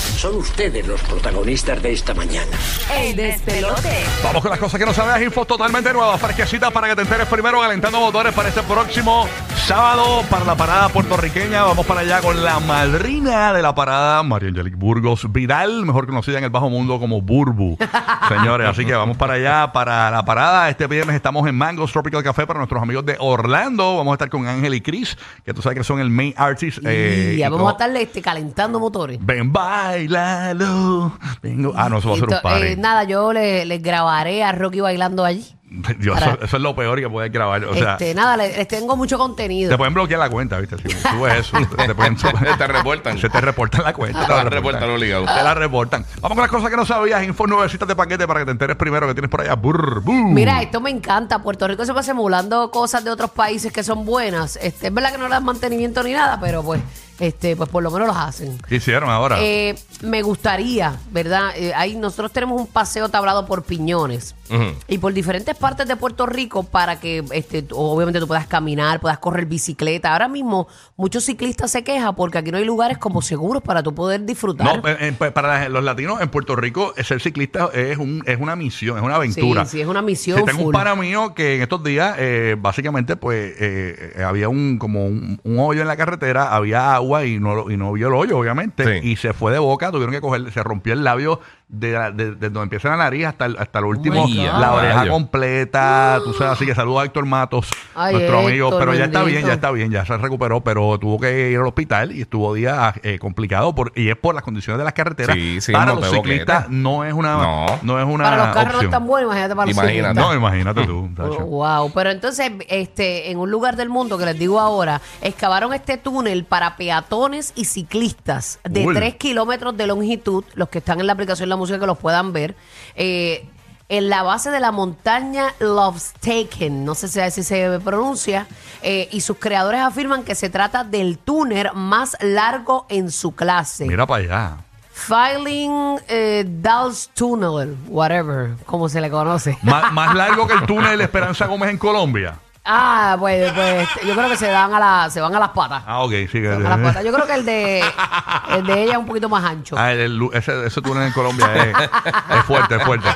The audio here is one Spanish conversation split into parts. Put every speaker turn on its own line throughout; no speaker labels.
Son ustedes los protagonistas de esta mañana.
El despelote.
Vamos con las cosas que no sabías, infos totalmente nuevas, fresquecitas para que te enteres primero, alentando motores para este próximo sábado para la parada puertorriqueña. Vamos para allá con la madrina de la parada, María Angelique Burgos Vidal, mejor conocida en el bajo mundo como Burbu. Señores, así que vamos para allá, para la parada. Este viernes estamos en Mango's Tropical Café para nuestros amigos de Orlando. Vamos a estar con Ángel y Chris, que tú sabes que son el main artist. eh,
Y
y
ya vamos
todo.
a estarle este, calentando motores.
Ven, bailalo. Vengo. Ah, no, eso va a ser un
Ento-
party.
eh, nada, yo le- les grabaré a Rocky bailando allí.
Dios,
Para-
eso, eso es lo peor que puedes grabar. O sea,
este, nada, le- les, tengo mucho contenido.
te pueden bloquear la cuenta, ¿viste? Si subes eso, te pueden
Te- te reportan.
Ah,
Se te reportan la cuenta.
Te la reportan obligado.
Te la reportan. Vamos con las cosas que no sabías. Info nuevecitas de paquete para que te enteres primero que tienes por allá. Burr, bu.
Mira, esto me encanta. Puerto Rico se pasa emulando cosas de otros países que son buenas. Este, es verdad que no le dan mantenimiento ni nada, pero pues, este, pues por lo menos los hacen.
¿Qué hicieron ahora?
Eh, me gustaría, ¿verdad? Eh, ahí nosotros tenemos un paseo tablado por piñones y por diferentes partes de Puerto Rico para que, este, tú- obviamente, tú puedas caminar, puedas correr bicicleta. Ahora mismo, muchos ciclistas se quejan porque aquí no hay lugares como seguros para tú poder disfrutar.
no, eh, eh, para los latinos en Puerto Rico, eh, ser ciclista es, un, es una misión, es una aventura.
Sí, sí, es una misión
Sí, tengo un
full.
pana mío que en estos días, eh, básicamente, pues eh, eh, había un como un, un hoyo en la carretera, había agua y no, lo- y no vio el hoyo, obviamente,
Sí.
y se fue de boca, tuvieron que coger, se rompió el labio de, la- de- de donde empieza la nariz hasta el,
Oh
hasta el último,
my God.
la oreja
Rayo.
completa, tú sabes, así que saluda a Héctor Matos,
Ay,
nuestro amigo,
Héctor,
pero ya está bien,
bendito.
ya está bien, ya se recuperó, pero tuvo que ir al hospital y estuvo días eh, complicado por, y es por las condiciones de las carreteras.
Sí, sí,
para
no
los
te boquete.
ciclistas no es una no,
No.
es una
para los carros no
opción.
es tan bueno, imagínate para los
Imagínate.
ciclistas.
No, imagínate tú. muchacho.
Oh, wow, pero entonces, este, en un lugar del mundo que les digo ahora, excavaron este túnel para peatones y ciclistas de
Cool.
3 kilómetros de longitud, los que están en la aplicación La Música que los puedan ver, eh, en la base de la montaña Lovestaken, no sé si así se pronuncia, eh, y sus creadores afirman que se trata del túnel más largo en su clase.
Mira para allá.
Filing eh, Dals Tunnel, whatever, como se le conoce.
Má- más largo que el túnel de Esperanza Gómez en Colombia.
Ah, pues, pues yo creo que se dan a la, se van a las patas.
Ah, ok, sí. que-
Se van a las patas. Yo creo que el de el de ella es un poquito más ancho.
Ah, el- el- ese, ese túnel en Colombia es, es fuerte, es fuerte.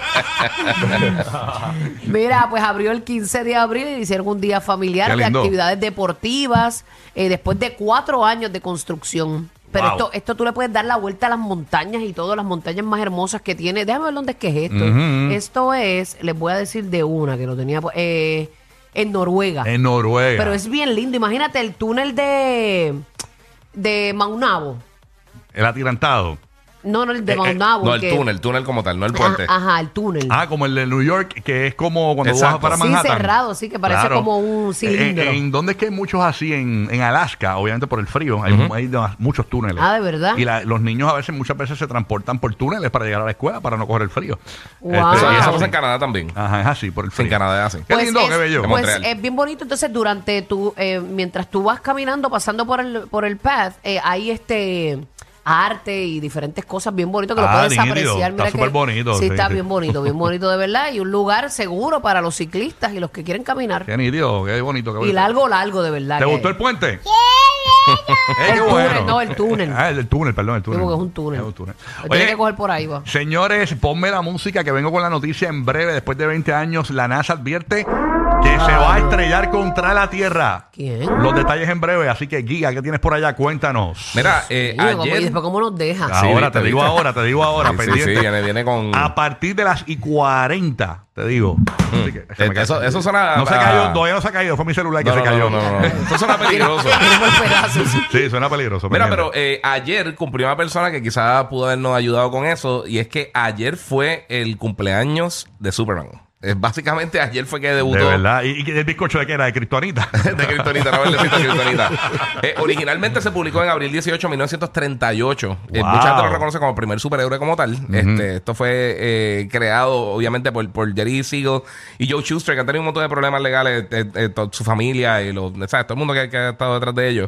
Mira, pues abrió el 15 de abril y hicieron un día familiar
Qué
de
lindo.
actividades deportivas eh, después de cuatro años de construcción. Pero
Wow.
esto, esto tú le puedes dar la vuelta a las montañas y todas las montañas más hermosas que tiene. Déjame ver dónde es que es esto. Esto es, les voy a decir de una que lo tenía pues, eh, en Noruega.
En Noruega.
Pero es bien lindo. Imagínate el túnel de, de Maunabo.
El atirantado.
No, no, el de
Eh, eh,
Mount Abu,
No, el
que-
túnel, el túnel como tal, no el puente.
Ah, ajá, el túnel.
Ah, como el de New York, que es como cuando
Exacto.
vas para
Sí,
Manhattan. Eh,
cerrado, sí, que parece como un cilindro.
En, en- ¿Dónde es que hay muchos así? En, en Alaska, obviamente por el frío. Hay, hay de- muchos túneles.
Ah, ¿de verdad?
Y la- los niños a veces, muchas veces se transportan por túneles para llegar a la escuela para no coger el frío.
Wow.
Este,
O sea,
y es
eso
así.
pasa en Canadá también.
Ajá, es así, por el frío.
En Canadá es así.
Qué lindo,
es,
qué bello.
De
Pues
Montreal.
es bien bonito. Entonces, durante tu, eh, mientras tú vas caminando, pasando por el, por el path, eh, hay este arte y diferentes cosas bien bonitas que lo
Ah,
puedes
nítido.
apreciar.
Está
Mira que-
súper bonito,
Sí,
sí,
está
sí.
bien bonito, bien bonito de verdad. Y un lugar seguro para los ciclistas y los que quieren caminar.
Qué nítido, qué bonito, qué
Y
bonito.
largo, largo de verdad.
¿Te
que-
gustó el puente? Eh,
El
qué
túnel,
bueno.
no, el túnel.
Ah, el, el túnel, perdón, el
Sí,
túnel.
porque es un túnel.
Es un túnel.
Lo
Oye, eh,
Tienes que coger por ahí, pues. va.
Señores, ponme la música que vengo con la noticia en breve. Después de 20 años, la NASA advierte que se va a estrellar contra la Tierra.
¿Quién?
Los detalles en breve, así que Giga, ¿qué tienes por allá? Cuéntanos.
Mira, eh,
Digo, como- pues, Y
ayer.
después, ¿cómo nos deja?
sí,
ahora,
viste,
te digo
viste.
ahora, te digo ahora,
Sí, sí,
pendiente. Ah,
sí, viene- viene con-
A partir de las y 40, te digo. Así que- se me
Mm. Eso-
cayó.
eso suena-
No se
a-
cayó, todavía no se ha caído, fue mi celular que
No,
se
no,
cayó.
no, no, no. Eso suena peligroso.
Tenemos pedazos.
Sí, suena peligroso.
Mira,
pendiente.
pero eh, ayer cumplió una persona que quizá pudo habernos ayudado con eso. Y es que ayer fue el cumpleaños de Superman. Eh, Básicamente ayer fue que debutó.
De verdad. ¿Y, y el bizcocho de qué era? ¿De Kryptonita?
de Kryptonita, no haberle visto Kryptonita. Eh, originalmente se publicó en abril 18, 1938. Eh,
Wow.
mucha gente lo reconoce como el primer superhéroe como tal. este, esto fue eh, creado, obviamente, por, por Jerry Siegel y Joe Schuster, que han tenido un montón de problemas legales, eh, eh, to- su familia y los, ¿sabes? todo el mundo que, que ha estado detrás de ellos.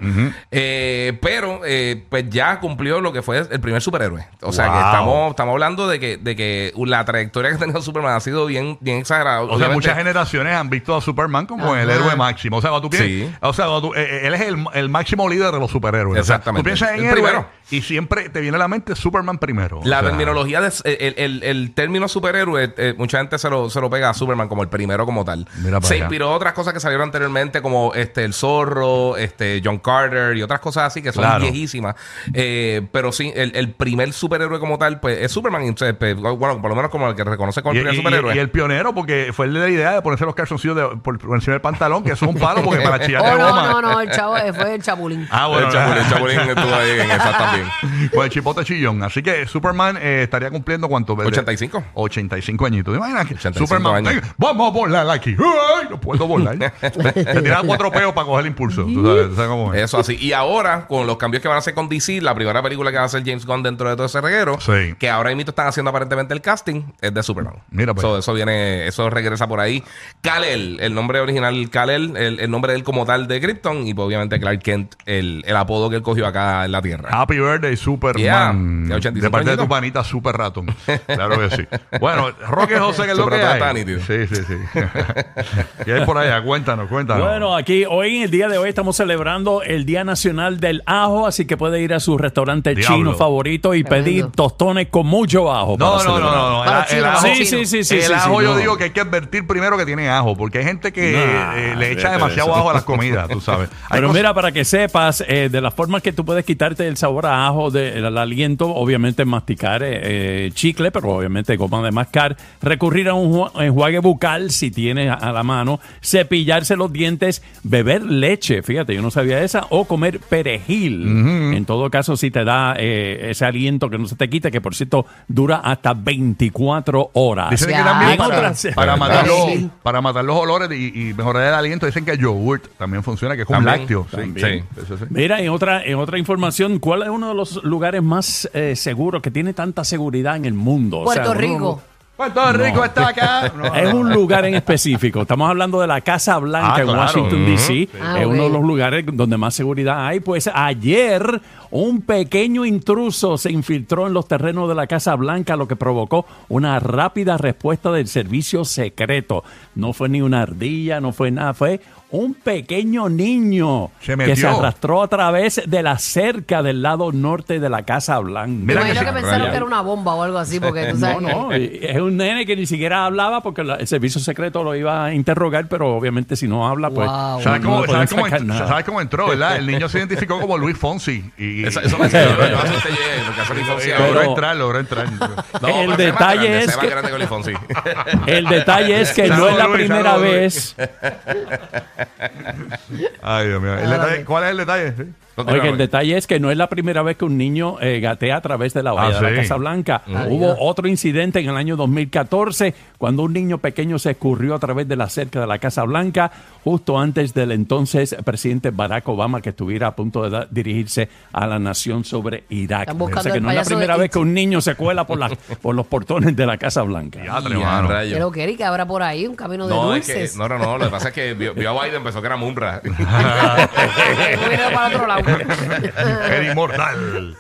Eh, pero, eh, pues ya cumplió lo que fue el primer superhéroe. O sea, que
Wow.
estamos, estamos hablando de que, de que la trayectoria que ha tenido Superman ha sido bien, bien exagerada.
O sea,
Obviamente-
muchas generaciones han visto a Superman como el
Ajá.
héroe máximo. O sea, cuando tú piensas,
Sí.
o sea, cuando tú- eh, eh, él es el, el máximo líder de los superhéroes.
Exactamente.
O sea, tú piensas en
El
héroe
primero.
y siempre te viene a la mente Superman primero.
La
O sea,
terminología, de, el, el- el término superhéroe, eh, mucha gente se lo, se lo pega a Superman como el primero como tal.
Mira para
se
allá.
inspiró a otras cosas que salieron anteriormente como este el zorro, este John Carter y otras cosas así que son
Claro.
viejísimas. Eh, pero sí, el, el primer superhéroe como tal pues es Superman. y, eh, pues, bueno, por lo menos como el que reconoce como
Y,
el primer
y-
superhéroe.
y- y el pionero, porque fue el de la idea de ponerse los calzoncillos de- por, por encima del pantalón, que eso es un palo, porque para chillar de
Oh,
goma.
no, no, no, el chavo eh, fue el chabulín.
Ah, bueno,
el Chapulín, Chapulín estuvo ahí en esa también.
Con el chipote chillón. Así que Superman eh, estaría cumpliendo cuánto?
85.
85 añitos. ¿Te imaginas? que
85
Superman,
años.
"Ay, vamos a volar aquí. ¡Ay! No puedo volar. Te tiran cuatro peos para coger el impulso. ¿Tú sabes, ¿Tú sabes cómo es?
Eso así. Y ahora, con los cambios que van a hacer con DC, la primera película que va a hacer James Gunn dentro de todo ese reguero,
Sí.
que ahora mismo están haciendo aparentemente el casting, es de Superman.
Mira, pues.
So, eso viene, eso regresa por ahí. Kal-El, el nombre original Kal-El, el, el nombre de él como tal de Krypton, y pues, obviamente Clark Kent, el, el apodo que él cogió acá en la Tierra.
Happy birthday, Superman.
Yeah. 85
de parte de
añitos.
tu panita, Super Ratón. Claro que sí. Bueno, Roque José, que es lo
Super
que
Ratón
hay.
está nítido.
Sí, sí, sí. ¿Qué hay por allá? Cuéntanos, cuéntanos.
Bueno, aquí hoy en el día de hoy estamos celebrando el Día Nacional del Ajo, así que puede ir a su restaurante
Diablo.
chino favorito y
Tremendo.
pedir tostones con mucho ajo.
No, no,
para
no,
celebrar.
no, no.
Para
El- el
chino,
ajo-
para
Sí,
chino.
sí, sí, sí.
el
sí,
ajo
sí,
yo
no.
digo que hay que advertir primero que tiene ajo, porque hay gente que
Nah,
eh, le echa
fíjate
demasiado
eso.
ajo a las comidas, tú sabes. Hay
Pero
cosas-
mira, para que sepas, eh, de las formas que tú puedes quitarte el sabor a ajo del aliento, obviamente masticar eh, eh, chicle, pero obviamente goma de mascar, recurrir a un ju- enjuague bucal si tienes a- a la mano, cepillarse los dientes, beber leche, fíjate, yo no sabía esa, o comer perejil. En todo caso, si te da eh, ese aliento que no se te quita, que por cierto dura hasta 24 horas.
Dicen que
Ya.
también
En
para,
otras-
para matar los,
Sí.
para matar los olores y, y mejorar el aliento, dicen que el yogurt también funciona, que es como un
También,
lácteo. Sí,
también.
sí, sí, sí.
Mira, en otra, en otra información, ¿cuál es uno de los lugares más eh, seguros que tiene tanta seguridad en el mundo? O sea,
Puerto
uno-
Rico.
Puerto Rico está acá. No,
Es un lugar en específico. Estamos hablando de la Casa Blanca
Ah,
en
claro.
Washington,
Ujú.
D.C. Es
Ah,
uno de
ok.
los lugares donde más seguridad hay. Pues ayer un pequeño intruso se infiltró en los terrenos de la Casa Blanca, lo que provocó una rápida respuesta del servicio secreto. No fue ni una ardilla, no fue nada, fue un pequeño niño
Se
que se
metió.
arrastró a través de la cerca del lado norte de la Casa Blanca.
Me
Mira que
imagino
sí,
que, pensaron
rayos.
que era una bomba o algo así, porque tú
No,
sabes.
no, y- es un nene que ni siquiera hablaba porque la- el servicio secreto lo iba a interrogar, pero obviamente si no habla, pues.
Wow.
¿Sabes
no
cómo,
le
sabes
pueden
cómo
sacar
en-
nada.
sabes cómo entró, verdad? El niño se identificó como Luis Fonsi. Y,
Eso, eso me enseñó, yo, yo asusté, yo, porque eso le
Sí,
Alfonso
logró
ahora-
Pero-
entrar, logró entrar.
No, pero
El
se ve más
detalle
grande,
es
se ve más
que-
grande que el Alfonso, sí.
El detalle es que no es la
Saludos, Luis,
primera
saludos, Luis.
vez.
Ay, Dios mío. El detalle- ¿Cuál es el detalle? Sí.
Oiga, el
Continúa,
detalle es que no es la primera vez que un niño eh, gatea a través de la valla
Ah,
de
sí. Ah,
la Casa Blanca. Hubo otro incidente en el año 2014 cuando un niño pequeño se escurrió a través de la cerca de la Casa Blanca justo antes del entonces presidente Barack Obama que estuviera a punto de da- dirigirse a la nación sobre Irak.
Están buscando
O sea que
el
no es la
payaso de
primera
It.
vez que un niño se cuela por, la- por los portones de la Casa Blanca.
Diatre,
Ya,
mano.
rayos.
Pero que Erika habrá por ahí un camino de
No, es
dulces.
que, no, no, no, lo que pasa es que vio, vio a Biden, pensó que era Mumra.
Hubiera ido para otro lado.
el inmortal.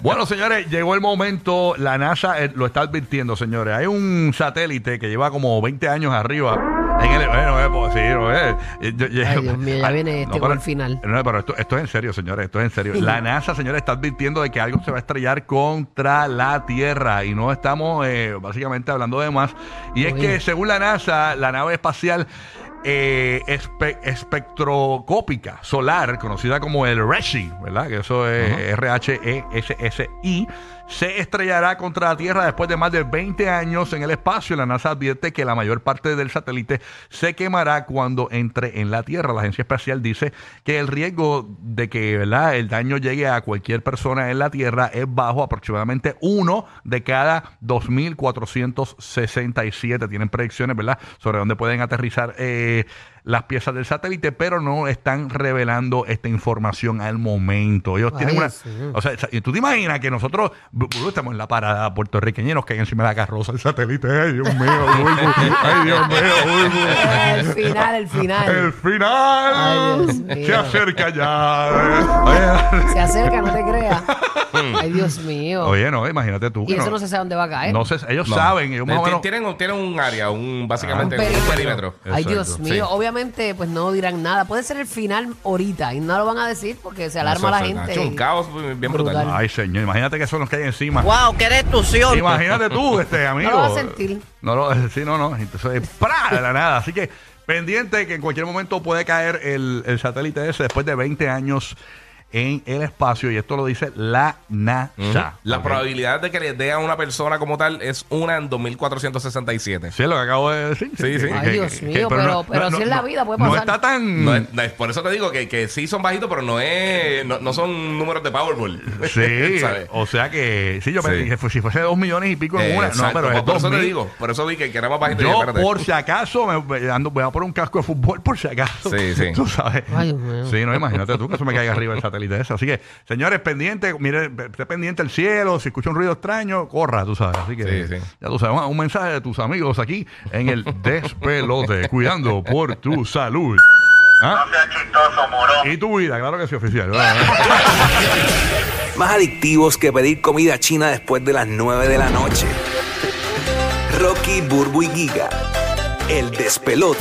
Bueno, señores, llegó el momento. La NASA eh, lo está advirtiendo, señores. Hay un satélite que lleva como 20 años arriba. En el, bueno, eh, pues, sí, no, eh. Eh, yo- yo-
Ay, Dios mío, ya
Ah,
viene este
pero-
buen final.
No, pero esto, esto es en serio, señores. Esto es en serio. La NASA, señores, está advirtiendo de que algo se va a estrellar contra la Tierra. Y no estamos eh, básicamente hablando de más. Y es
Uy.
que, según la NASA, la nave espacial eh, espe- espectrocópica solar, conocida como el RESI, ¿verdad? Que eso es E R-H-E-S-S-I, se estrellará contra la Tierra después de más de 20 años en el espacio. La NASA advierte que la mayor parte del satélite se quemará cuando entre en la Tierra. La agencia espacial dice que el riesgo de que ¿verdad? el daño llegue a cualquier persona en la Tierra es bajo, aproximadamente uno de cada 2.467. Tienen predicciones, ¿verdad?, sobre dónde pueden aterrizar eh, las piezas del satélite, pero no están revelando esta información al momento. Ellos tienen
Ay,
una.
sí.
O sea, y tú te imaginas que nosotros bu- bu- estamos en la parada puertorriqueñeros que hay encima de la carroza el satélite. Ay, Dios mío, Bulbu. Ay, Dios mío, Bulbu.
El final, el
El
final. Ay,
final
Dios
se
mío.
acerca ya. Oye,
Se acerca, no te creas.
Hmm.
Ay, Dios mío.
eh. Oye, no, imagínate tú.
y
que
eso no se sabe dónde va a caer.
no se- ellos
No.
saben. Ellos más o
Tien-
menos-
tienen, tienen un área, un básicamente
Ah, un
un
perímetro.
perímetro.
Ay,
Exacto,
Dios mío.
sí.
Obviamente, pues no dirán nada. Puede ser el final ahorita y no lo van a decir porque se alarma
Eso,
la
eso,
gente.
hecho un caos bien brutal.
Brutal.
Ay, señor, imagínate que son los que hay encima.
¡Wow! ¡Qué destrucción!
Imagínate tú, este amigo.
No lo vas a sentir.
No lo, sí, no, no. Entonces, ¡pra! de la nada. Así que pendiente que en cualquier momento puede caer el, el satélite ese después de 20 años en el espacio. Y esto lo dice la NASA.
Ujú. La
Ah, Ok.
probabilidad de que le dé a una persona como tal es una en 2467.
Sí, es lo que acabo de decir.
Sí, sí.
Ay, Dios mío, pero- pero si es la vida, puede
No
pasar.
está tan...
No es- no es- por eso te digo que, que sí son bajitos, pero no es no, no son números de Powerball.
Sí,
Pues, ¿Sabes?
o sea que... Sí, yo me
Sí.
dije, pues, si fuese dos millones y pico en
Eh,
una...
exacto.
No, pero es
por, por
dos
eso te
mil.
digo, por eso vi que, que era más bajito.
Yo,
Yo, espérate.
por si acaso, me, me ando, voy a poner un casco de fútbol por si acaso.
Sí, sí.
Tú sabes.
Ay, Dios mío.
sí, no, imagínate tú que eso me caiga arriba el satélite ese. Así que, señores, pendiente, mire, esté pendiente el cielo. Si escucha un ruido extraño, corra, tú sabes. Así que,
Sí, sí.
ya tú sabes, un mensaje de tus amigos aquí en el despelote. cuidando por tu salud. ¿Ah? Y tu vida, claro que sí, oficial.
Más adictivos que pedir comida china después de las 9 de la noche. Rocky, Burbu y Giga. El despelote.